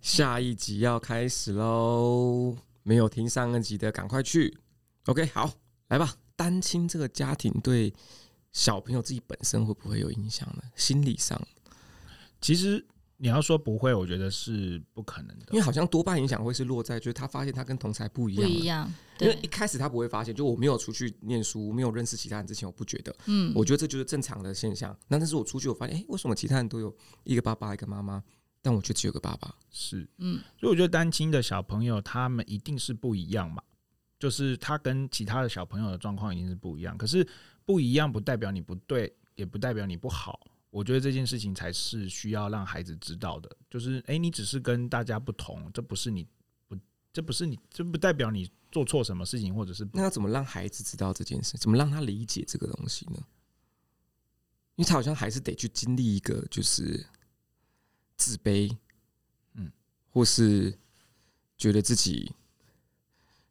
下一集要开始喽！没有听上一集的，赶快去。OK，好，来吧。单亲这个家庭对小朋友自己本身会不会有影响呢？心理上，其实你要说不会，我觉得是不可能因为的。好像多半影响会是落在，就是他发现他跟同才不一不样了一样，因为对一，开始他不会发现，就我没有出去念书，没有认识其他人之前，我不觉得，嗯，我觉得这就是正常的现象。那但是我出去，我发现，哎、为什么其他人都有一个爸爸，一个妈妈，但我却只有个爸爸？是，嗯所以我觉得单亲的小朋友他们一定是不一样嘛，就是他跟其他的小朋友的状况一定是不一样。可是不一样不代表你不对，也不代表你不好。我觉得这件事情才是需要让孩子知道的，就是诶，你只是跟大家不同，这不是你不，这不是你，这不代表你做错什么事情，或者是不那要怎么让孩子知道这件事？怎么让他理解这个东西呢？因为他好像还是得去经历一个，就是自卑，嗯嗯，或是觉得自己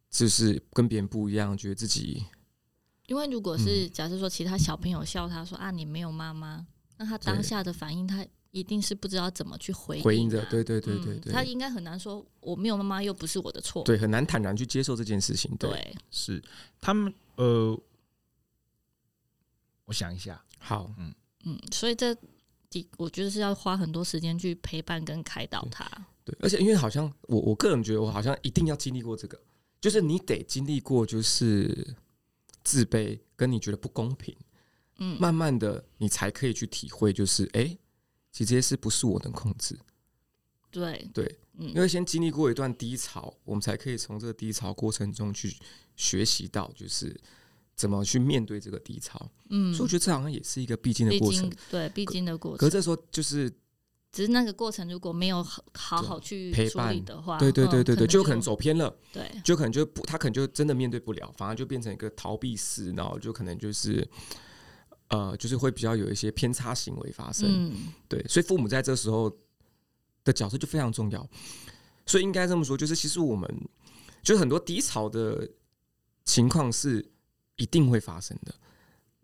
就是跟别人不一样，觉得自己因为如果嗯是假设说其他小朋友笑他说啊你没有妈妈，那他当对下的反应他一定是不知道怎么去回回应应着啊，对对对对嗯对，他应该很难说我没有妈妈又不是我的错，对，很难坦然去接受这件事情。对，对，是他们呃，我想一下，好，嗯，所以这的我觉得是要花很多时间去陪伴跟开导他，对，而且因为好像我我个人觉得，我好像一定要经历过这个，就是你得经历过，就是自卑跟你觉得不公平，嗯，慢慢的你才可以去体会，就是哎、诶其实这些事不是我能控制，对对，因嗯为先经历过一段低潮，我们才可以从这个低潮过程中去学习到，就是怎么去面对这个低潮。嗯所以我觉得这好像也是一个必经的必过经程。对必经的过可是，程这时候就是只是那个过程如果没有好好好去陪处理伴的话，对对嗯对对对，啊就有可能走偏了。对就可能就不，他可能就真的面对不了，反而就变成一个逃避式，然后就可能就是，呃，就是会比较有一些偏差行为发生。嗯对，所以父母在这时候的角色就非常重要。所以应该这么说，就是其实我们就是很多低潮的情况是一定会发生的，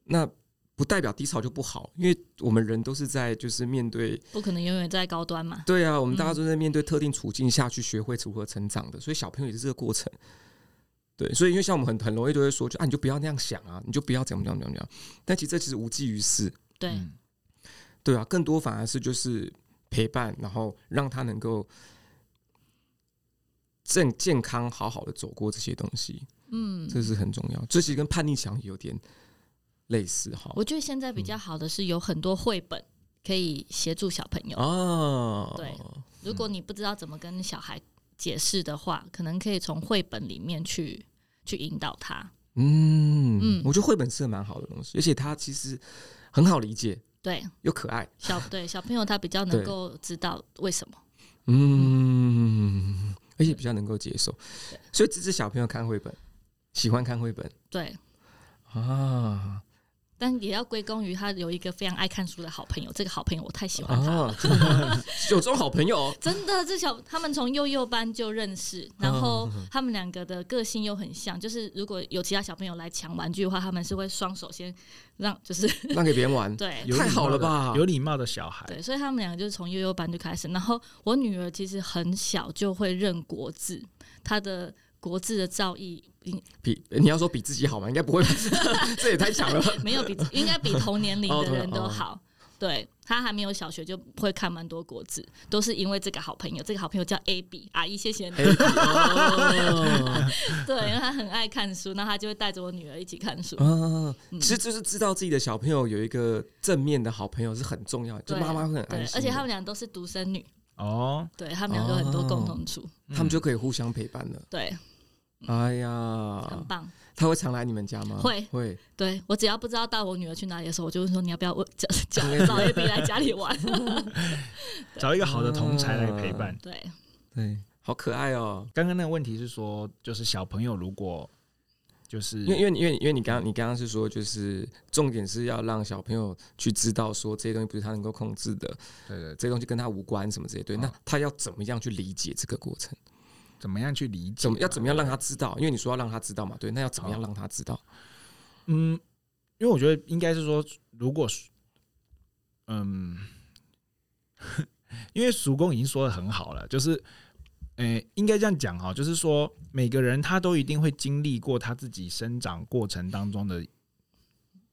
那不代表低潮就不好，因为我们人都是在就是面对不可能永远在高端嘛，对啊，我们大家嗯都在面对特定处境下去学会如何成长的，所以小朋友也是这个过程。对，所以因为像我们很很容易就会说，就啊，你就不要那样想啊，你就不要怎么怎么怎么怎么样。但其实这其实无济于事，对。嗯对啊，更多反而是就是陪伴，然后让他能够正健康好好的走过这些东西，嗯，这是很重要。这其实跟叛逆想有点类似哈。我觉得现在比较好的是有很多绘本可以协助小朋友。啊，对如果你不知道怎么跟小孩解释的话，可能可以从绘本里面去去引导他。嗯，嗯我觉得绘本是个蛮好的东西，而且它其实很好理解对又可爱。小对小朋友，他比较能对够知道为什么。嗯，而且比较能够接受，所以支持小朋友看绘本，喜欢看绘本对，啊但也要归功于他有一个非常爱看书的好朋友。这个好朋友我太喜欢他了。啊，有这种好朋友哦真的，这小他们从幼幼班就认识，然嗯后他们两个的个性又很像，就是如果有其他小朋友来抢玩具的话，他们是会双手先让，就是 让给别人玩，对，有太礼好貌了的吧有礼貌的小哎孩，对，所以他们两个就是从幼幼班就开始。然后我女儿其实很小就会认国字，她的国字的造诣应比你要说比自己好吗？应该不会吧， 这也太强了吧。没有比应该比同年龄哦的同人年都哦好。对她还没有小学就会看蛮多国字，都是因为这个好朋友，这个好朋友叫 A B 阿姨，谢谢 你。嘿哦 对，因为她很爱看书，那她就会带着我女儿一起看书。啊，嗯其实就是知道自己的小朋友有一个正面的好朋友是很重要的，就对，妈妈会很对安，心的，而且她们俩都是独生女，哦，对她们两个有很多哦共同处，他们就可以互相陪伴了。对，哎很呀，棒。他会常来你们家吗？嗯会会，对我只要不知道带我女儿去哪里的时候，我就会说你要不要我叫叫应该找 A B 来家里玩？ 找一个好的同才来陪伴。嗯对，对，好可爱哦。刚刚那个问题是说，就是小朋友如果就是因为因为你因为你因为你刚刚你刚刚是说，就是重点是要让小朋友去知道说这些东西不是他能够控制的，对对，这些东西跟他无关什么这些对。嗯那他要怎么样去理解这个过程？怎么样去理解？啊怎么要怎么样让他知道？因为你说要让他知道嘛，对，那要怎么样让他知道？嗯，因为我觉得应该是说，如果是嗯， 因为叔公已经说的很好了，就是，诶，应该这样讲哈，就是说每个人他都一定会经历过他自己生长过程当中啊的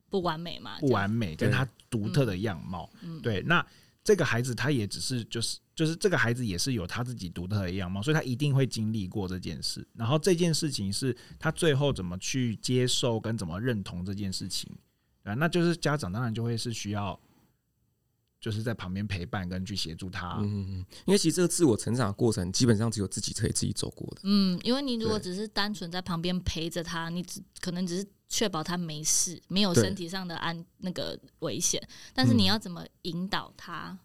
不完美嘛，不完美，对跟他独特的样貌。这样，嗯，对，那这个孩子他也只是就是就是这个孩子也是有他自己独特的样貌，所以他一定会经历过这件事。然后这件事情是他最后怎么去接受跟怎么认同这件事情，啊，那就是家长当然就会是需要。就是在旁边陪伴跟去协助他，嗯，因为其实这个自我成长的过程，基本上只有自己可以自己走过的。嗯，因为你如果对只是单纯在旁边陪着他，你只可能只是确保他没事，没有对身体上的安那个危险，但是嗯你要怎么引导他？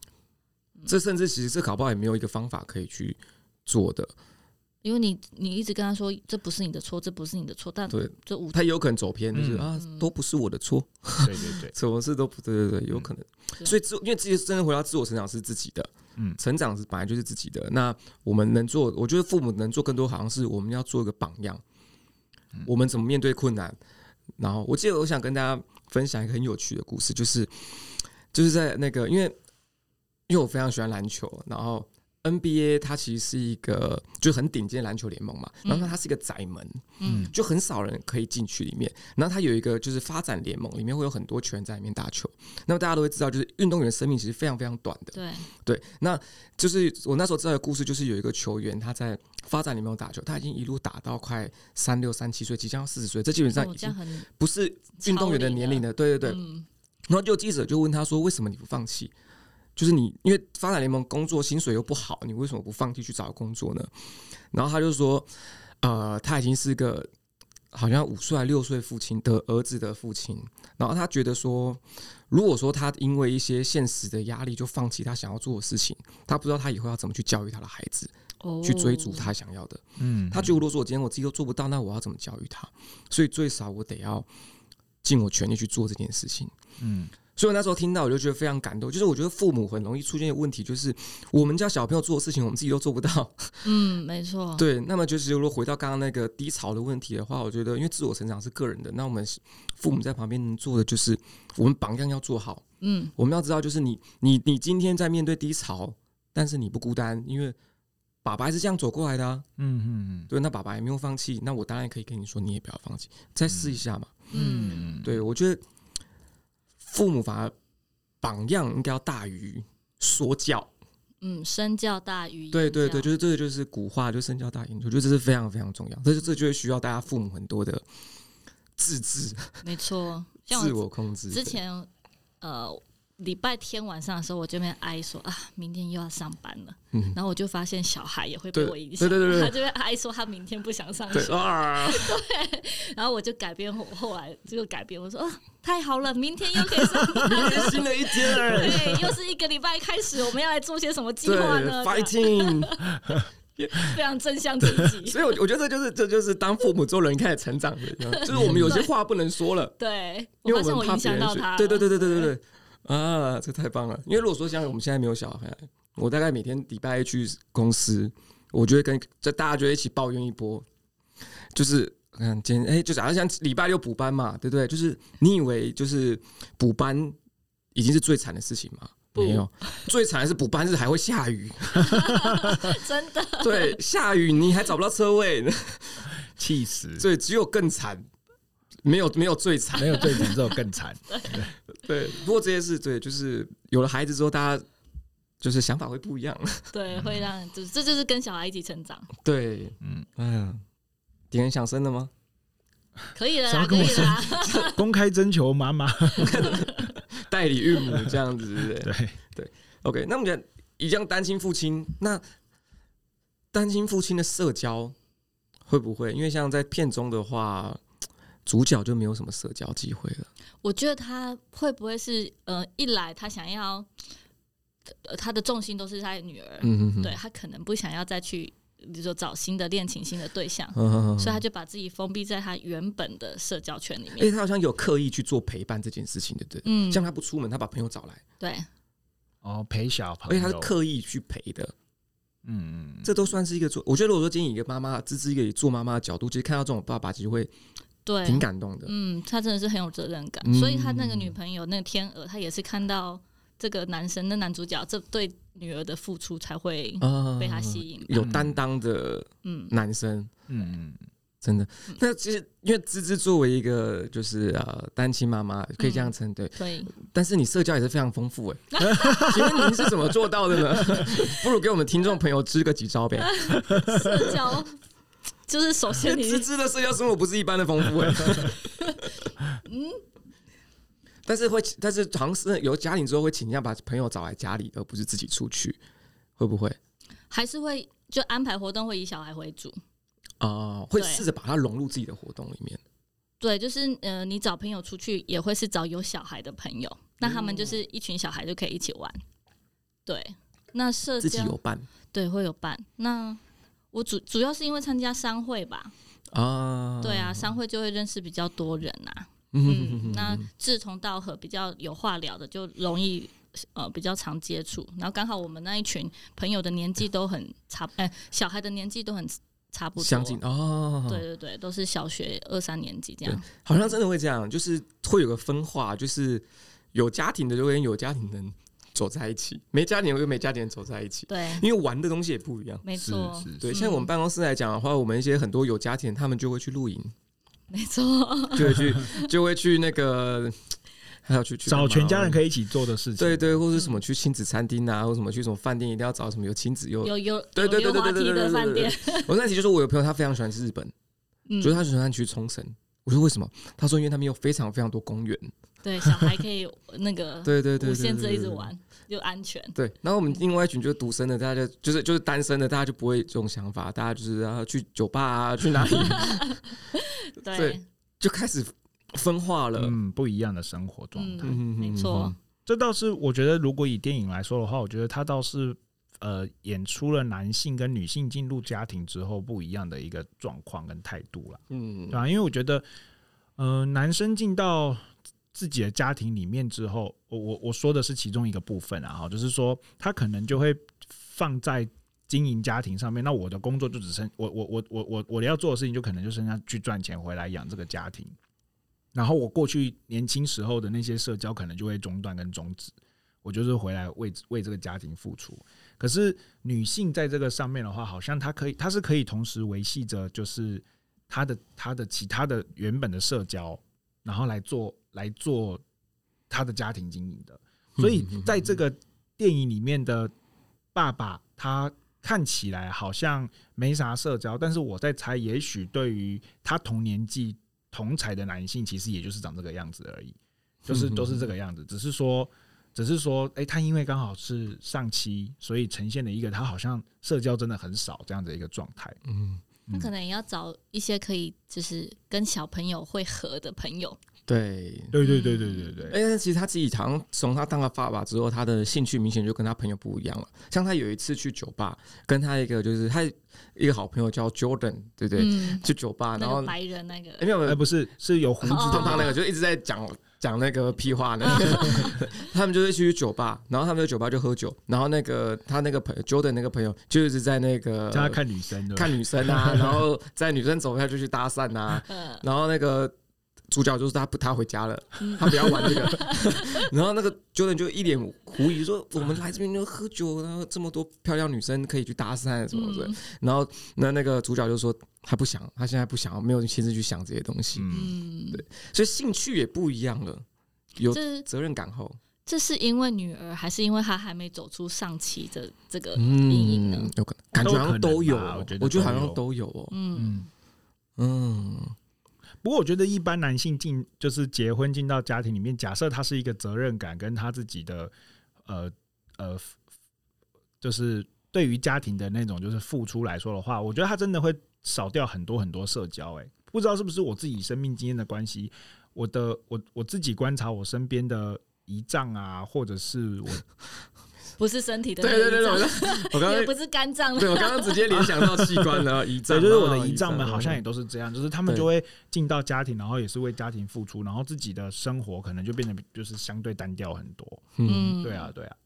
这甚至其实这搞不好也没有一个方法可以去做的。因为你你一直跟他说这不是你的错，这不是你的错，但对这无他有可能走偏，就是、嗯啊，都不是我的错，对对对，什么事都不对，对对，有可能。对所以自因为自己真的回到自我成长是自己的，嗯成长是本来就是自己的。那我们能做，我觉得父母能做更多，好像是我们要做一个榜样，我们怎么面对困难。然后我记得我想跟大家分享一个很有趣的故事，就是就是在那个因为因为我非常喜欢篮球，然后 NBA 它其实是一个就很顶尖的篮球联盟嘛，然后它是一个窄门，嗯就很少人可以进去里面。然后它有一个就是发展联盟，里面会有很多球员在里面打球。那么大家都会知道，就是运动员生命其实非常非常短的。对，对，那就是我那时候知道的故事，就是有一个球员他在发展联盟打球，他已经一路打到快三六三七岁，即将要四十岁，这基本上我已哦这样经很不是运动员的年龄了。对对对。嗯然后就有记者就问他说：“为什么你不放弃？”就是你，因为发展联盟工作薪水又不好，你为什么不放弃去找工作呢？然后他就说，呃，他已经是个好像五岁还六岁父亲的儿子的父亲，然后他觉得说，如果说他因为一些现实的压力就放弃他想要做的事情，他不知道他以后要怎么去教育他的孩子，哦去追逐他想要的。嗯，他觉得如果说我今天我自己都做不到，那我要怎么教育他？所以最少我得要尽我全力去做这件事情。嗯，所以我那时候听到，我就觉得非常感动。就是我觉得父母很容易出现的问题，就是我们家小朋友做的事情，我们自己都做不到。 嗯，没错，对，那么就是如果回到刚刚那个低潮的问题的话，我觉得因为自我成长是个人的，那我们父母在旁边能做的就是我们榜样要做好。嗯，我们要知道，就是你你你今天在面对低潮，但是你不孤单，因为爸爸还是这样走过来的啊。嗯嗯对，那爸爸也没有放弃，那我当然可以跟你说，你也不要放弃，再试一下嘛。嗯，嗯，对，我觉得父母反而榜样应该要大于说教。嗯，身教大于言对对对，这就样是这个就是古话，就身教大于言我觉得这是非常非常重要，这就这就会需要大家父母很多的自制、没错。像自我我控制。之对前呃礼拜天晚上的时候，我就边哀说啊，明天又要上班了。嗯然后我就发现小孩也会被对我影响，对对对对他就会哀说他明天不想上对学。啊，然后我就改变我后来就改变，我说啊，太好了，明天又可以上班 了。新的一天了，对，又是一个礼拜开始，我们要来做些什么计对划呢？这样，fighting。非常正向积极。所以，我我觉得这就是这就是当父母之后人开始成长的地方，就是我们有些话不能说了。对，因我为发现们怕影别响人到去他了。对对对对对对对，啊，这太棒了！因为如果说像我们现在没有小孩，我大概每天礼拜一去公司，我就会跟这大家就会一起抱怨一波，就是。嗯，今天哎、就假如像礼拜六补班嘛，对不对？就是你以为就是补班已经是最惨的事情吗？不没有，最惨的是补班日还会下雨， 真的，对，下雨你还找不到车位， 气死，所以只有更惨，没有没有最惨。没有对比这种 更惨。对，不过这些事对，就是有了孩子之后，大家就是想法会不一样。对，会让就是这就是跟小孩一起成长， 对，嗯，哎呀，点人想生了吗？可以了想啦，要可跟我以了啦。公开征求妈妈，代理孕母这样 子，对不对对， ？OK，那我们讲一样单亲父亲，那单亲父亲的社交会不会？因为像在片中的话，主角就没有什么社交机会了。 我觉得他会不会是呃，一来他想要，呃，他的重心都是在女儿，嗯哼哼对，啊他可能不想要再去，比如说找新的恋情、新的对象，嗯哼哼所以他就把自己封闭在他原本的社交圈里哎、面。他好像有刻意去做陪伴这件事情，对不对？嗯，像他不出门，他把朋友找来，对，哦，陪小朋而且友，他是刻意去陪的。嗯，嗯，这都算是一个做。我觉得，如果说今天以一个妈妈，这是一个以做妈妈的角度，其实看到这种爸爸，其实会对，挺感动的。嗯，他真的是很有责任感，嗯呃所以他那个女朋友那个天鹅，他也是看到这个男生那男主角这对女儿的付出才会啊嗯被他吸引。有担当的嗯，男生，嗯嗯，真的嗯。那其实因为芝芝作为一个就是呃单亲妈妈，可以这嗯样称对，所以但是你社交也是非常丰富 哎。请问您是怎么做到的呢？ 不如给我们听众朋友支个几招呗。社交就是首先你芝芝的社交生活不是一般的丰富 嗯哎。但是会，但是好像是有家庭之后会倾向把朋友找来家里，而不是自己出去，会不会？还是会就安排活动会以小孩为主。哦，会对试着把它融入自己的活动里面。对，就是呃，你找朋友出去也会是找有小孩的朋友，那他们就是一群小孩就可以一起玩。对，那社自己交有伴对会有伴。那我主主要是因为参加商会吧，啊，对啊，商会就会认识比较多人啊。 嗯，那志同道合比较有话聊的，就容易呃比较常接触。然后刚好我们那一群朋友的年纪都很差， 哎、小孩的年纪都很差不多，相近哦，对，对对，都是小学二三年级这样。好像真的会这样，就是会有个分化，就是有家庭的就跟有家庭的人走在一起，没家庭的就跟没家庭的人走在一起，对，因为玩的东西也不一样。没是错，是对，是，像我们办公室来讲的话，我们一些很多有家庭人，他们就会去露营，没错， 就会 去，就会去那个，还有去去找全家人以，可以一起做的事情，对对，或是什么去亲子餐厅啊，或什么去什么饭店，一定要找什么有亲子又有有对对有对溜对滑对梯对的对饭对店，对。我那题就是我有朋友，他非常喜欢去日本，嗯就，是他喜欢去冲绳。我说为什么？他说因为他们有非常非常多公园。对，小孩可以那 个对对对，嗯无对限制地一直。对对对玩，又安全。对，然后我们另外一群就是独生的，大家就就是就是单身的，大家就不会有这种想法，大家就是啊去酒吧啊，去 哪里对对，就开始分化了。嗯嗯，不一样的生活状态。嗯嗯嗯没错这倒是我觉得，如果以电影来说的话，我觉得它倒是呃演出了男性跟女性进入家庭之后不一样的一个状况跟态度啦，嗯对，吧、啊因为我觉得，呃，男生进到自己的家庭里面之后，我我我说的是其中一个部分啊，哈，就是说他可能就会放在。经营家庭上面，那我的工作就只剩我我我我我我要做的事情，就可能就剩下去赚钱回来养这个家庭。然后我过去年轻时候的那些社交，可能就会中断跟终止。我就是回来为为这个家庭付出。可是女性在这个上面的话，好像她可以，她是可以同时维系着，就是她的她的其他的原本的社交，然后来做来做她的家庭经营的。所以在这个电影里面的爸爸，他看起来好像没啥社交，但是我在猜，也许对于他同年纪同才的男性，其实也就是长这个样子而已，就是嗯都是这个样子，只是说。只是说，哎、他因为刚好是上期，所以呈现了一个他好像社交真的很少这样的一个状态。嗯，那可嗯能也要找一些可以就是跟小朋友会合的朋友。对。对对对对对对，哎，但其实他自己好像从他当了爸爸之后，他的兴趣明显就跟他朋友不一样了。像他有一次去酒吧，跟他一个就是他一个好朋友叫 Jordan，对不对？嗯，去酒吧，那然后个白人那个哎，没有没哎、有，不是，是有胡子哦的胖胖那个就一直在讲讲那个屁话 呢。 他们就会去酒吧，然后他们在酒吧就喝酒，然后那个他那个朋友 Jordan 那个朋友就一直在那个叫他看女生的，看女生 啊，然后在女生走开就去搭讪啊，呃，然后那个。主角就是他不，他回家了，嗯他不要玩 这个。然后那个 Jordan 就一脸狐疑说：“我们来这边就喝酒，然后这么多漂亮女生可以去搭讪什么的。嗯然后那那个主角就说：“他不想，他现在不想，没有心思去想这些东西。嗯，嗯，所以兴趣也不一样了，有这责任感后，这是因为女儿，还是因为她还没走出上期的这个阴影呢嗯？，有可能，感觉好像都有哦，都可能吧我觉得我觉得好都像有都有哦，嗯，嗯。嗯，不过我觉得一般男性进就是结婚进到家庭里面，假设他是一个责任感跟他自己的呃呃，就是对于家庭的那种就是付出来说的话，我觉得他真的会少掉很多很多社交、欸。不知道是不是我自己生命经验的关系，我的我我自己观察我身边的姨丈啊，或者是我不是身体的对那个对对，我刚我遗刚脏， 刚也 不是肝脏的，对我刚刚直接联想到器官了，胰脏，对，就是我的哦姨丈们好像也嗯都是这样，就是他们对就会进到家庭，然后也是为家庭付出，然后自己的生活可能就变得就是相对单调很多。嗯，对啊，对啊，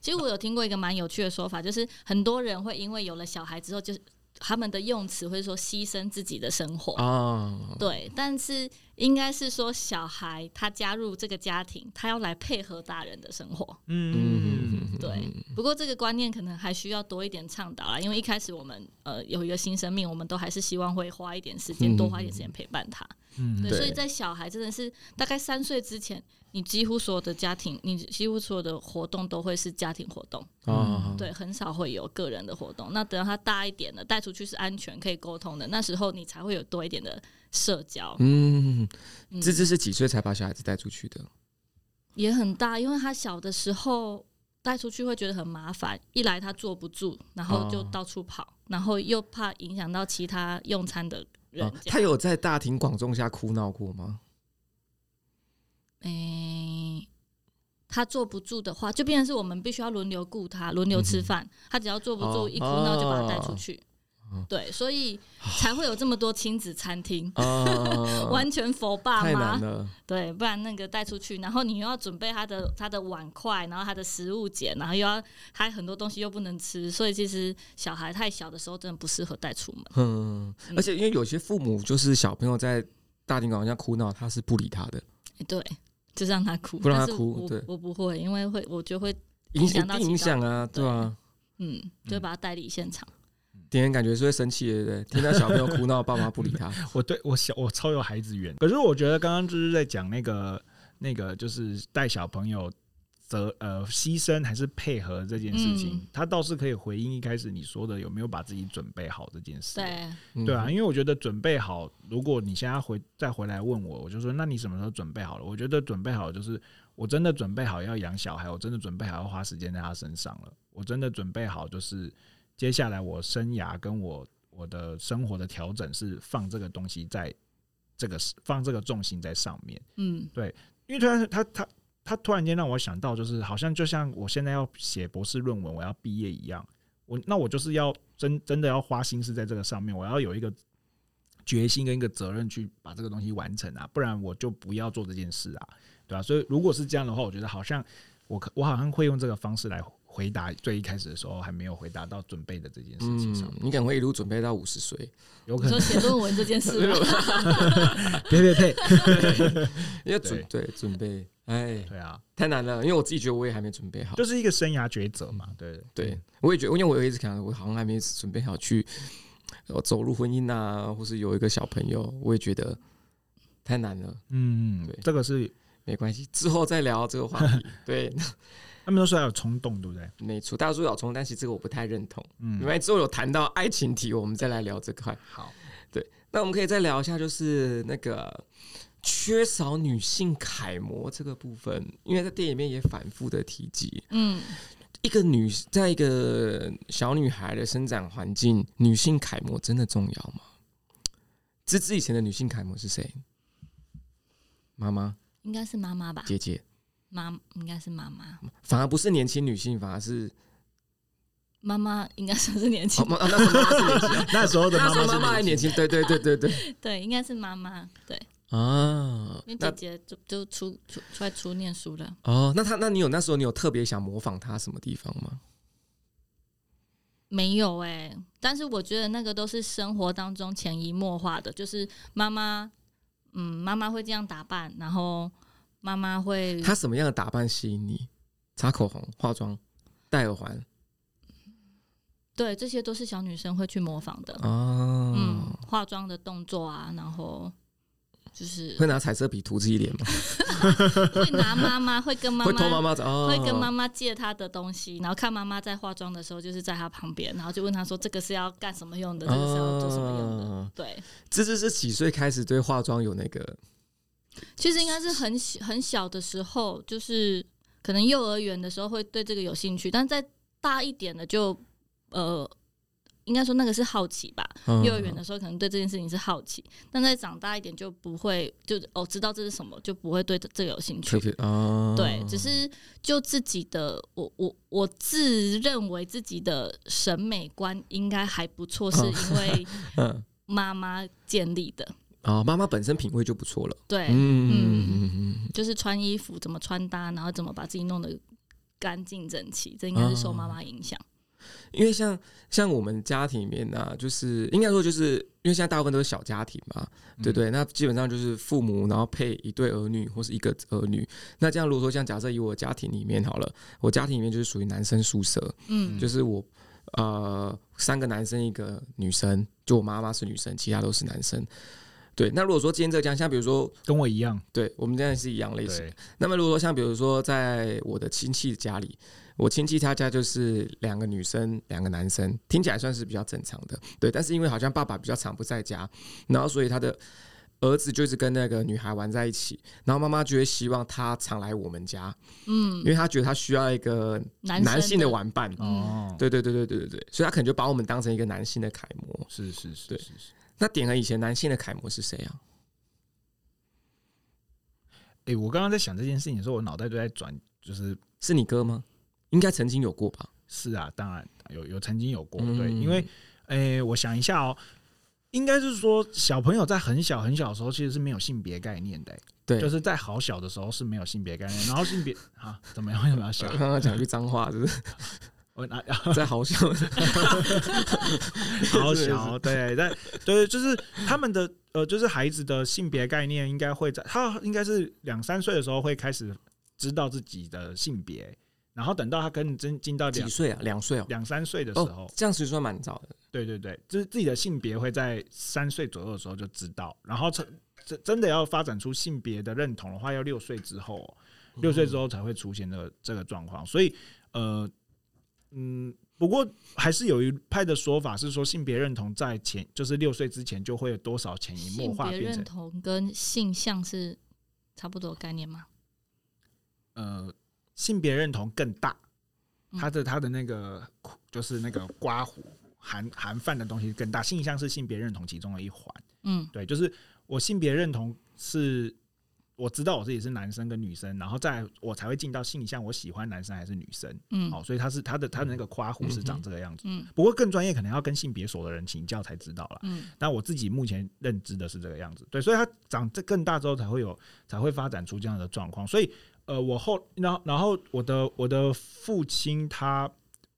其实我有听过一个蛮有趣的说法，就是很多人会因为有了小孩之后，嗯就是他们的用词会说牺牲自己的生活。啊，对，但是应该是说小孩他加入这个家庭，他要来配合大人的生活。嗯，对，不过这个观念可能还需要多一点倡导啦，因为一开始我们呃有一个新生命，我们都还是希望会花一点时间，嗯多花一点时间陪伴他。嗯对，对所以在小孩真的是大概三岁之前，你几乎所有的家庭，你几乎所有的活动都会是家庭活动，嗯啊，对，很少会有个人的活动。那等到他大一点了，带出去是安全可以沟通的，那时候你才会有多一点的社交。嗯，嗯这这是几岁才把小孩子带出去的？也很大，因为他小的时候带出去会觉得很麻烦，一来他坐不住，然后就哦到处跑，然后又怕影响到其他用餐的人啊。这样。他有在大庭广众下哭闹过吗？诶、他坐不住的话，就变成是我们必须要轮流顾他，轮流吃饭。他只要坐不住，哦一哭闹就把他带出去。嗯哦对，所以才会有这么多亲子餐厅，啊 完全佛爸太妈难。了。对，不然那个带出去，然后你又要准备他的他的碗筷，然后他的食物节，然后又要还很多东西又不能吃，所以其实小孩太小的时候真的不适合带出门。嗯，而且因为有些父母就是小朋友在大庭广众下哭闹，他是不理他的，诶对，就让他哭，不让他但是哭我对我不会，因为会我就会影影响响到一定影响啊，其他对啊。嗯，就会把他带离现场。点人感觉是会生气的，对不对？听到小朋友哭闹，爸妈不理他， 我对我小我超有孩子缘，可是我觉得刚刚就是在讲那个那个就是带小朋友责呃牺牲还是配合这件事情，嗯他倒是可以回应一开始你说的有没有把自己准备好这件事。对，嗯对啊，因为我觉得准备好，如果你现在回再回来问我，我就说那你什么时候准备好了？我觉得准备好就是我真的准备好要养小孩，我真的准备好要花时间在他身上了，我真的准备好就是接下来我生涯跟我我的生活的调整是放这个东西在这个放这个重心在上面。 嗯因为突然他他他突然间让我想到，就是好像就像我现在要写博士论文，我要毕业一样，我那我就是要真真的要花心思在这个上面，我要有一个决心跟一个责任去把这个东西完成啊，不然我就不要做这件事啊，对吧、所以如果是这样的话，我觉得好像我可我好像会用这个方式来回答最一开始的时候还没有回答到准备的这件事情上嗯，，你可能会一路准备到五十岁，有你可说 能写论文这件事吗， 别别别，因为准对准备，哎，对啊，太难了，因为我自己觉得我也还没准备好。就是一个生涯抉择嘛，对对，我也觉得，因为我有一直想，我好像还没准备好去呃走入婚姻啊，或是有一个小朋友，我也觉得太难了。嗯对，这个是没关系，之后再聊这个话 题。对，他们都说要有冲动，对不对？没错，大家说有冲，但其实这个我不太认同。嗯因为之后有谈到爱情题，我们再来聊这块。好，那我们可以再聊一下，就是那个缺少女性楷模这个部分，因为在电影里面也反复的提及，嗯，一个女在一个小女孩的生长环境，女性楷模真的重要吗？芝芝以前的女性楷模是谁？妈妈、应该是妈妈吧，姐姐，妈应该是妈妈，反而不是年轻女性，反而是妈妈应该算是年哦轻，妈、啊那时候妈妈是年轻，那时候的 那妈时候妈妈妈还是年轻，对对对对对对，应该是妈妈，对，啊因为姐那姐就就出出出来出念书了。哦，那她那你有那时候你有特别想模仿她什么地方吗？没有哎、但是我觉得那个都是生活当中潜移默化的，就是妈妈，嗯，妈妈会这样打扮，然后妈妈会，她什么样的打扮吸引你？擦口红、化妆、戴耳环对，这些都是小女生会去模仿的，哦，嗯，化妆的动作啊，然后就是会拿彩色笔涂自己脸吗？会拿妈妈，会跟妈会偷妈妈。妈的哦，会跟妈妈借她的东西，然后看妈妈在化妆的时候，就是在她旁边，然后就问她说：“这个是要干什么用的？这个是要做什么用的？”哦对，芝芝是几岁开始对化妆有那个？其实应该是很小很小的时候，就是可能幼儿园的时候会对这个有兴趣，但再大一点的就呃，应该说那个是好奇吧。嗯幼儿园的时候可能对这件事情是好奇，但再长大一点就不会，就哦知道这是什么，就不会对这这个有兴特趣。别哦，对，只是就自己的，我我我自认为自己的审美观应该还不错，是因为嗯，妈妈建立的。哦，妈妈本身品味就不错了，对，嗯嗯就是穿衣服怎么穿搭，然后怎么把自己弄得干净整齐，这应该是受妈妈影响。嗯，因为像像我们家庭里面呢、就是应该说就是因为现在大部分都是小家庭嘛，对不对？那基本上就是父母，然后配一对儿女或是一个儿女。那这样如果说像假设以我家庭里面好了，我家庭里面就是属于男生宿舍，嗯就是我呃三个男生一个女生，就我妈妈是女生，其他都是男生。对，那如果说今天这个家，像比如说，跟我一样，对我们这样是一样类型。对，那么如果说像比如说，在我的亲戚家里，我亲戚他家就是两个女生，两个男生，听起来算是比较正常的。对，但是因为好像爸爸比较常不在家，然后所以他的儿子就是跟那个女孩玩在一起，然后妈妈就会希望他常来我们家，因嗯，为她觉得他需要一个男男性的的，玩伴。哦，对对对对对对对，所以他可能就把我们当成一个男性的楷模。是是是对是是。那点和以前男性的楷模是谁啊？哎，我刚刚在想这件事情的时候，我脑袋都在转，就是是你哥吗？应该曾经有过吧？是啊，当然有有曾经有过，嗯对，因为诶、我想一下哦，应该是说小朋友在很小很小的时候其实是没有性别概念的、对，就是在好小的时候是没有性别概念，然后性别 啊怎么样？为什么要笑？ 刚刚讲一句脏话，是不是我拿 在好笑？好小，对，但对，就是他们的呃，就是孩子的性别概念应该会在他应该是两三岁的时候会开始知道自己的性别，然后等到他跟真进到几两岁啊？两岁哦。两三岁的时候哦，，这样其实算蛮早的。对对对，就是自己的性别会在三岁左右的时候就知道，然后这真真的要发展出性别的认同的话，要六岁之后哦、六岁之后才会出现这个这个状况。所以，呃，嗯，不过还是有一派的说法是说，性别认同在前，就是六岁之前就会有多少潜移默性化别变认成同跟性向是差不多的概念吗？呃性别认同更大，嗯他的他的那个就是那个刮胡含含泛的东西更大，性向是性别认同其中的一环。嗯对，就是我性别认同是我知道我自己是男生跟女生，然后再来我才会进到性向，我喜欢男生还是女生。嗯好、所以他是他的他的那个夸弧是长这个样子。嗯不过更专业可能要跟性别所的人请教才知道了。嗯但我自己目前认知的是这个样子，对，所以它长这更大之后才会有才会发展出这样的状况。所以呃，我后然后然后我的我的父亲他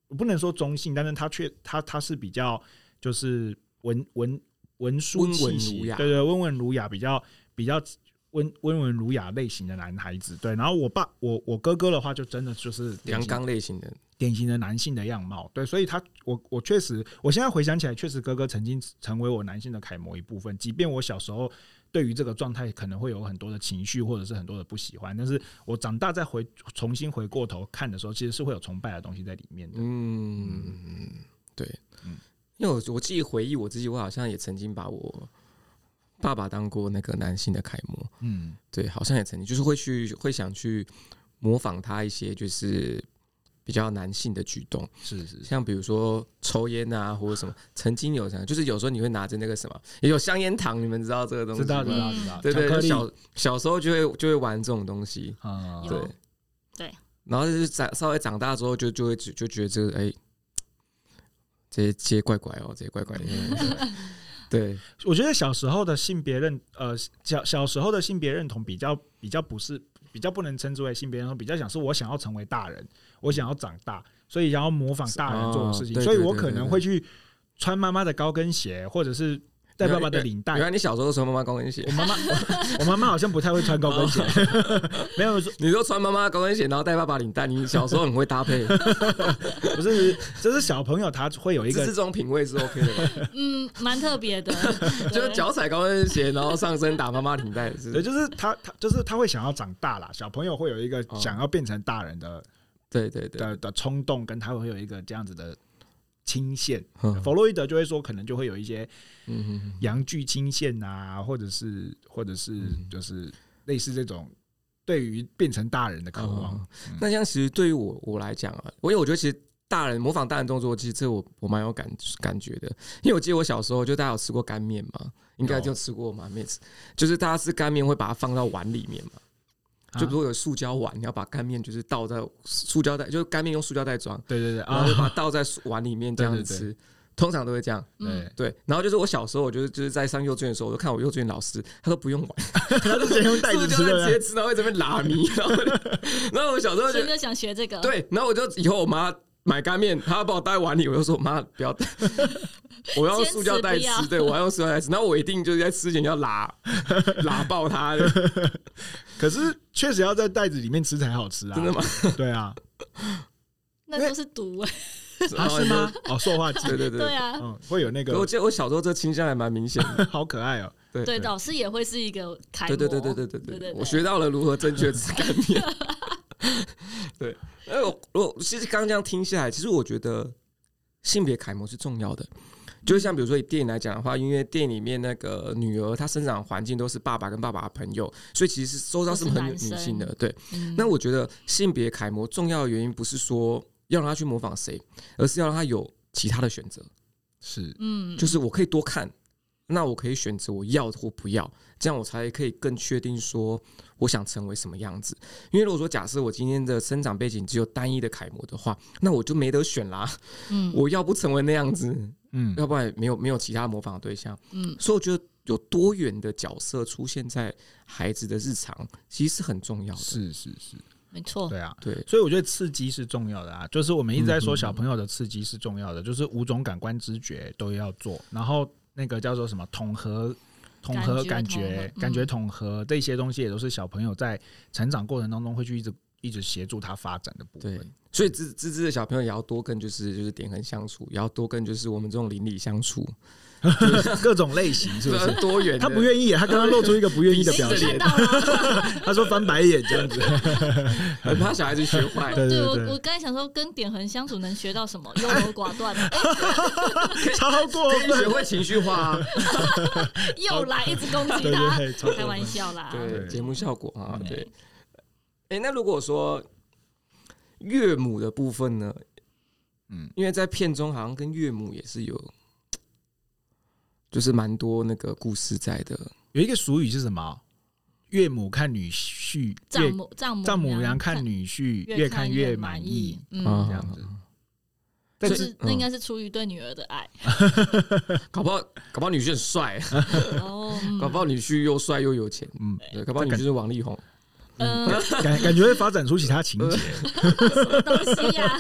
我不能说中性，但是他却他他是比较就是文文文书温文气息，儒雅对对，温文儒雅比较比较。温温文儒雅类型的男孩子，对，然后我爸我我哥哥的话，就真的就是典阳型刚类型的，典型的男性的样貌，对，所以他我我确实，我现在回想起来，确实哥哥曾经成为我男性的楷模一部分。即便我小时候对于这个状态可能会有很多的情绪，或者是很多的不喜欢，但是我长大再回重新回过头看的时候，其实是会有崇拜的东西在里面的。嗯，对嗯，因为我我自己回忆我自己，我好像也曾经把我爸爸当过那个男性的楷模，嗯，对，好像也曾经就是会去会想去模仿他一些就是比较男性的举动，是是是，像比如说抽烟啊或者什么，曾经有这样，就是有时候你会拿着那个什么，也有香烟糖，你们知道这个东西知道吗？知道知道，对对，巧就克力小小时候就会就会玩这种东西，啊，有对对，然后就是长稍微长大之后就就会就就觉得这个哎，这些这些怪怪哦，这些怪怪的， 对，我觉得小时候的性别认，呃，小小时候的性别认同比较比较不是比较不能称之为性别认同，比较想是我想要成为大人，我想要长大，所以想要模仿大人做的事情，哦对所以对我对可对能对会去穿妈妈的高跟鞋，或者是戴爸爸的领带原。来你小时候穿妈妈高跟鞋我，妈妈，我我妈妈好像不太会穿高跟鞋，哦 没有说你说穿妈妈高跟鞋，然后带爸爸领带，你小时候很会搭 配，不是，就是小朋友他会有一这个这种品味是 OK 的 吧，嗯，蛮特别 的，就是对脚踩高跟鞋，然后上身打妈妈领带，是对，就是他他就是他会想要长大啦，小朋友会有一个哦想要变成大人的对对对，的的冲动，跟他会有一个这样子的倾线。嗯弗洛伊德就会说，可能就会有一些嗯嗯嗯阳具倾线啊，或者是或者是嗯就是类似这种对于变成大人的渴望。哦那像其实对于我我来讲啊，我因为我觉得其实大人模仿大人动作，其实这我我蛮有感感觉的，因为我记得我小时候就大家有吃过干面嘛，应该有就吃过嘛，面子就是大家吃干面会把它放到碗里面嘛。啊就如果有塑胶碗，你要把干面就是倒在塑胶袋，就是干面用塑胶袋装，对对对然后就啊，把它倒在碗里面这样子对对吃，通常都会这样。嗯 对，对，然后就是我小时候，我就是就是在上幼稚园的时候，我就看我幼稚园老师，他都不用碗，他就直接用袋 塑子胶吃袋直接的。吃，然后会这边拉米，然后我就然后我小时候就真的想学这个，对，然后我就以后我妈买干面，他要把我带碗里，我就说妈不要 带，我要用塑胶袋坚持不吃，对要我要用塑胶袋吃，那我一定就是在吃前要拉拉爆 他，真可是确实要在袋子里面吃才好吃啊，的吗？对啊，那都是毒哎、啊是吗？哦，塑化剂，对对对对对。啊，嗯，会有那可我个，记得我小时候这倾向还蛮明显的，好可爱哦。对，老师也会是一个楷模。对对对对对对对对对，对我学到了如何正确吃干面。 对，哎，我我其实刚刚这样听下来，其实我觉得性别楷模是重要的。就像比如说以电影来讲的话，因为电影里面那个女儿她生长环境都是爸爸跟爸爸的朋友，所以其实周遭是很有女性的。对，嗯那我觉得性别楷模重要的原因不是说要让她去模仿谁，而是要让她有其他的选择。是，嗯，就是我可以多看，那我可以选择我要或不要，这样我才可以更确定说我想成为什么样子。因为如果说假设我今天的生长背景只有单一的楷模的话，那我就没得选啦，嗯 我要不成为那样子，嗯要不然没有没有其他模仿的对象。嗯所以我觉得有多元的角色出现在孩子的日常，其实是很重要的。是是是，没哦错，对啊。对，所以我觉得刺激是重要的啊，就是我们一直在说嗯嗯小朋友的刺激是重要的，就是五种感官知觉都要做，然后那个叫做什么统合。统合感感觉觉、统合感嗯觉统合这些东西，也都是小朋友在成长过程当中会去一直一直协助他发展的部分对。所以芝芝芝的小朋友也要多跟就是就是点恒相处，也要多跟就是我们这种邻里相处，各种类型是 不是？ 对多元的。他不愿意耶，啊他刚刚露出一个不愿意的对表对情对，看到了。他说翻白眼这样子。 很怕小孩子学坏。对对对我我刚才想说，跟点恒相处能学到什么？优柔寡断，哎超过可以学分，会情绪化、啊，又来一直攻击对对他，对，超过开分玩。笑啦。对对节目效果啊，嗯对。哎、那如果说岳母的部分呢？嗯，因为在片中好像跟岳母也是有，就是蛮多那个故事在的。有一个俗语是什么？岳母看女婿，丈岳母丈母丈母娘看女婿，越越看越满意意。，嗯啊，这样子。就但是那应嗯该是出于对女儿的 爱。搞不好，搞不好女婿很帅，哦，嗯搞不好女婿又帅又有钱，嗯，对，搞不好女婿是王力宏。呃， 感感觉会发展出其他情节。东西 呀、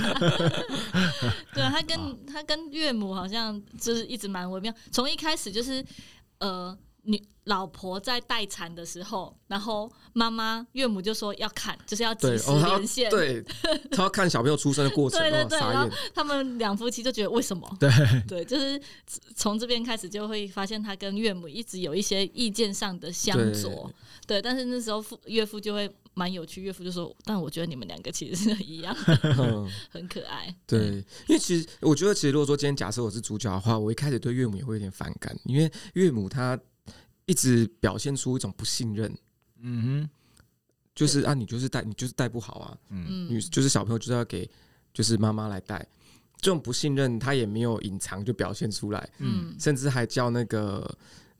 对他啊跟他跟岳母好像就是一直蛮微妙，从一开始就是呃，女老婆在待产的时候，然后妈妈岳母就说要看，就是要及对，时哦，他要连线。对，他要看小朋友出生的过程， 对对哇对傻然后眼。他们两夫妻就觉得为什么？对，对，就是从这边开始就会发现他跟岳母一直有一些意见上的相左。对，但是那时候父岳父就会蛮有趣，岳父就说：“但我觉得你们两个其实是一样， 嗯很可爱。对，嗯因为其实我觉得，其实如果说今天假设我是主角的话，我一开始对岳母也会有点反感，因为岳母她一直表现出一种不信任，嗯就是啊，你就是带你就是带不好啊，”哼，嗯，女就是小朋友就是要给就是妈妈来带，这种不信任她也没有隐藏就表现出来，嗯嗯，甚至还叫那个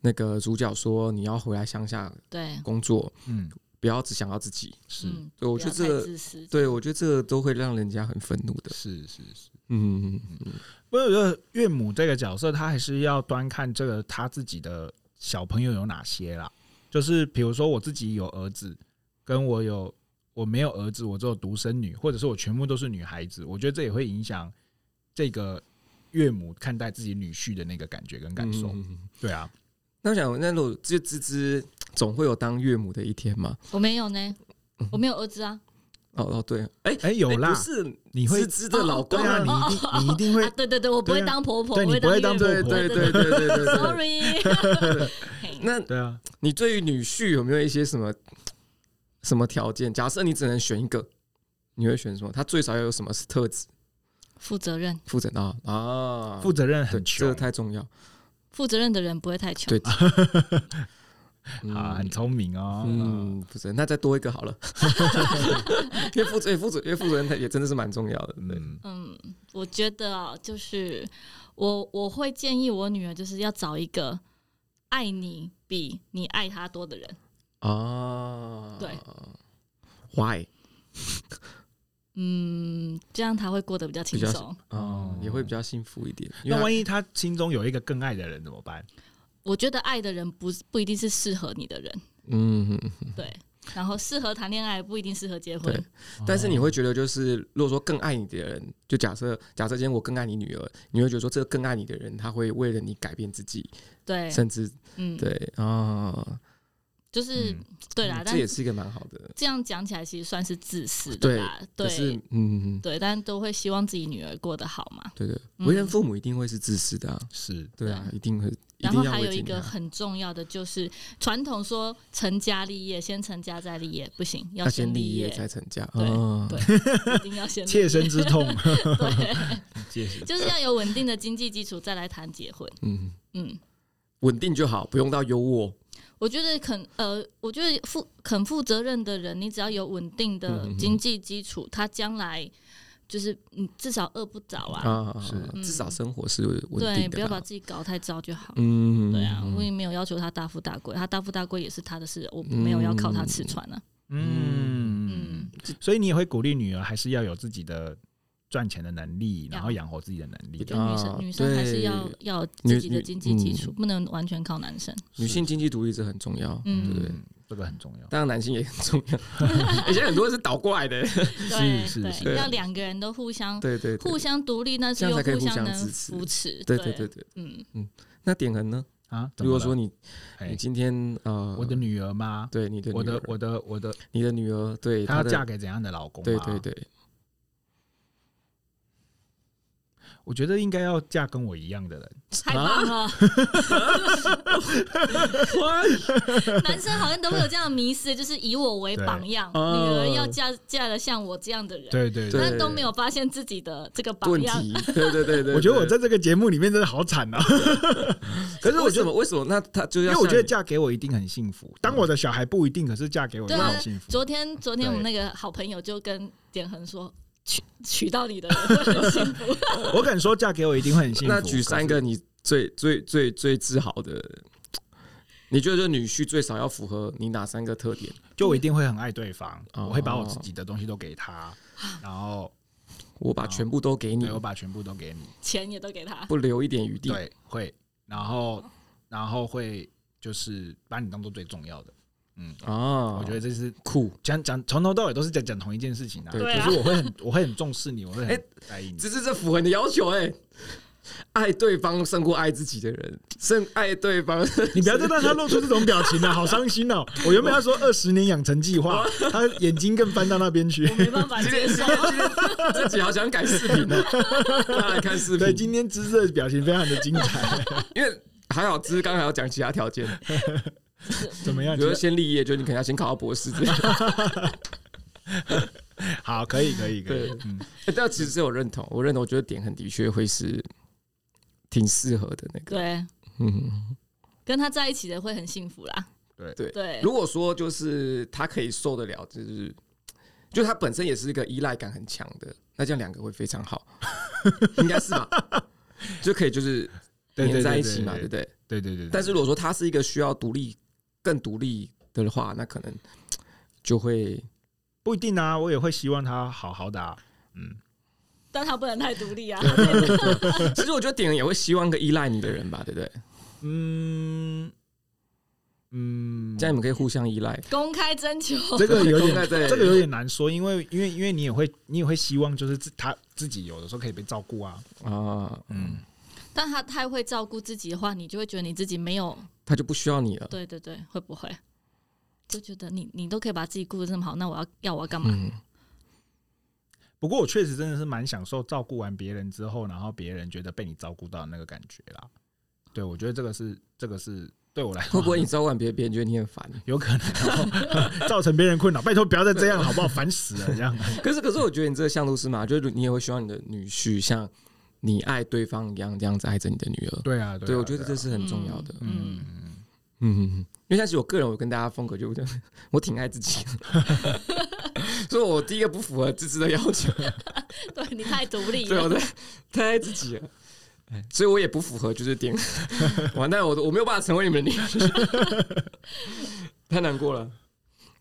那个主角说你要回来乡下对，工作，嗯，不要只想到自己。是嗯，对，我不觉要得这太个，自私，对我觉得这个都会让人家很愤怒的。是是是。嗯，嗯不过我觉得岳母这个角色，她还是要端看这个她自己的小朋友有哪些啦。就是比如说我自己有儿子，跟我有我没有儿子，我只有独生女，或者是我全部都是女孩子，我觉得这也会影响这个岳母看待自己女婿的那个感觉跟感受。嗯嗯嗯对啊，那我想，那如果这芝芝总会有当岳母的一天嘛？我没有嗯呢，我没有儿子啊，哦哦，对，哎、哎、有哎啦，不是你会芝芝的老对公啊，你一定你一定啊会，对对对，我不会对啊当婆婆，对啊我你会不会当婆岳母对婆对对对对对对。 ，sorry，嘿那 对啊，你对于女婿有没有一些什么什么条件？假设你只能选一个，你会选什么？他最少要有什么特质？负责任，负责啊啊，负责任对很这穷个太重 要。负责任的人不会太穷，对啊，很嗯聪明哦。嗯嗯，负责任，那再多一个好了， 因为负责，因为负责，因为负责任，他也真的是蛮重要的。对，嗯嗯，我觉得啊，就是我我会建议我女儿就是要找一个爱你比你爱她多的人，啊，对，why 嗯，这样她会过得比较轻比较松。啊，也会比较幸福一点。因为那他万一他心中有一个更爱的人怎么办？我觉得爱的人不不一定是适合你的人，嗯，对，然后适合谈恋爱不一定适合结婚对。哦但是你会觉得，就是如果说更爱你的人，就假设假设今天我更爱你女儿，你会觉得说这个更爱你的人，他会为了你改变自己，对，甚至嗯，对啊，就是、嗯对啦，但这也是一个蛮好的。这样讲起来其实算是自私的啦，可是对，嗯，对，但都会希望自己女儿过得好嘛。对对，嗯为人父母一定会是自私的啊，是对啊，对一定会，一然后定要还有为一自己个好很重要的就是传统说成家立业，先成家再立业，不行，要要先立立业才成家，对啊对 一定要先立切身之 痛，对，切身就是要有稳定的经济基础再来谈结婚。嗯，嗯，稳定就好，不用到优渥，我觉得肯呃，我觉得负肯负责任的人，你只要有稳定的嗯嗯嗯经济基础，他将来就是你至少饿不着啊。啊，是啊嗯至少生活是稳对，定不要的把吧。自己搞太糟就好。嗯，对啊，嗯我也没有要求他大富大贵，他大富大贵也是他的事，我没有要靠他吃穿啊。嗯，所以你也会鼓励女儿还是要有自己的赚钱的能力，然后养活自己的能力我。觉得女啊生女生还是对要要有自己女的女经济基础，嗯不能完全靠男生。女性经济独立是很重要，嗯对不对？嗯，这个很重要。当然，男性也很重要。 以前很多是倒过来 的，对是是对，要两个人都互相对对，对互相独立，但是这样又才可以互相相能支持扶持。对对对，对。嗯，那点恒呢？啊，怎如果么了说你哎你今天呃，我的女儿吗？对你的我女的儿我的我的，你的女儿对她要的嫁给怎样的老公？对对，对，我觉得应该要嫁跟我一样的人。太啊 棒了！ 男生好像都会有这样的迷思，就是以我为榜样，女对哦儿要嫁嫁了像我这样的人，对对对但都没有发现自己的这个榜问样。题，对对对对。 我觉得我对在这个节目里面真的好惨 啊！可是我为觉什得，么为什么那他就因要为像你？我觉得嫁给我一定很幸福，当我的小孩不一定，可是嫁给我一对定啊很幸，福。昨天昨天我们那个好朋友就跟点恒说，娶娶到你的人会很幸福。我敢说，嫁给我一定会很幸福。那举三个你最最最最自豪的，你觉得这女婿最少要符合你哪三个特点？就我一定会很爱对方，哦我会把我自己的东西都给他，然后我把全部都给你哦对，我把全部都给你，钱也都给他，不留一点嗯余地。对，会，然后然后会就是把你当做最重要的，嗯，啊，我觉得这是酷。讲讲从头到尾都是讲讲同一件事情啊，对对啊就是我会很我会很重视你，我会哎很在意你，只是这符合你的要求哎、爱对方胜过爱自己的人，胜爱对 方。你不要再让他露出这种表情了、好伤心哦、我原本要说二十年养成计划，他眼睛更翻到那边去我。没办法今接天受今。天今天 这集好想改视频 哦，大家来看视对，频，今天姿色的表情非常的精彩，因为还好，只是刚才要讲其他条件，怎么样比？如说先立业，就你可能要先考到博士之类的。好，可以，可以，可以对。嗯，欸 但其实我认同，我认同，我觉得点很的确会是挺适合的那个。对，嗯，跟他在一起的会很幸福啦。对对对，如果说就是他可以受得了，就是就他本身也是一个依赖感很强的，那这样两个会非常 好，应该是吧？就可以就是 对黏对在对一起嘛，对对不对？对对对。但是如果说他是一个需要独立、更独立的话，那可能就 会不一定啊，我也会希望他好好的、啊。嗯，但他不能太独立啊。其实我觉得点也会希望一个依赖你的人吧，对不对？嗯嗯，这样你们可以互相依赖。公开征求，这个有点， 对这个有点难说，因为因为因为你也会你也会希望就是自他自己有的时候可以被照顾啊。啊，嗯，但他太会照顾自己的话，你就会觉得你自己没有。他就不需要你了。对对对，会不会？就觉得你你都可以把自己顾得这么好，那我要要我要干嘛？嗯，不过我确实真的是蛮享受照顾完别人之后，然后别人觉得被你照顾到的那个感觉啦。对，我觉得这个是这个是对我来说会不会你早晚别别人觉得你很烦？有可能然后 造成别人困扰？拜托不要再这样好不好？烦死了这样。可是可是，我觉得你这个像路是嘛，就是你也会希望你的女婿像你爱对方一样，这样子爱着你的女儿。对啊，对啊，对，我觉得啊这是很重要的。嗯嗯。嗯，因为像是我个人，我跟大家风格就 我挺爱自己的， 所以我第一个不符合自知的要求，嗯 对你太独立对，我了，太太爱自己了。哎 所以我也不符合，就是点 完蛋，我我没有办法成为你们的女婿， 太难过了。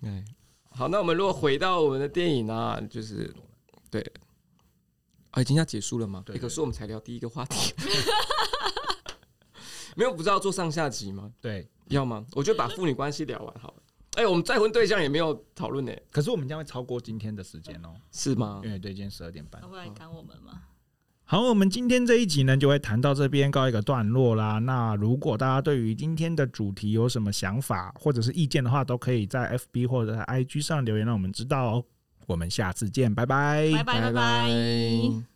哎，好，那我们如果回到我们的电影啊，就是对，啊，已经要结束了吗？对哎可对是我们才聊第一个话题，没有不知道做上下集吗？对，要吗？我就把父女关系聊完好了。哎，我们再婚对象也没有讨论呢，可是我们将会超过今天的时间哦，是吗因？为对，今天十二点半 他。会来赶我们吗？好，我们今天这一集呢，就会谈到这边告一个段落啦。那如果大家对于今天的主题有什么想法或者是意见的话，都可以在 FB 或者在 IG 上留言，让我们知道哦。我们下次见，拜拜。拜拜拜拜。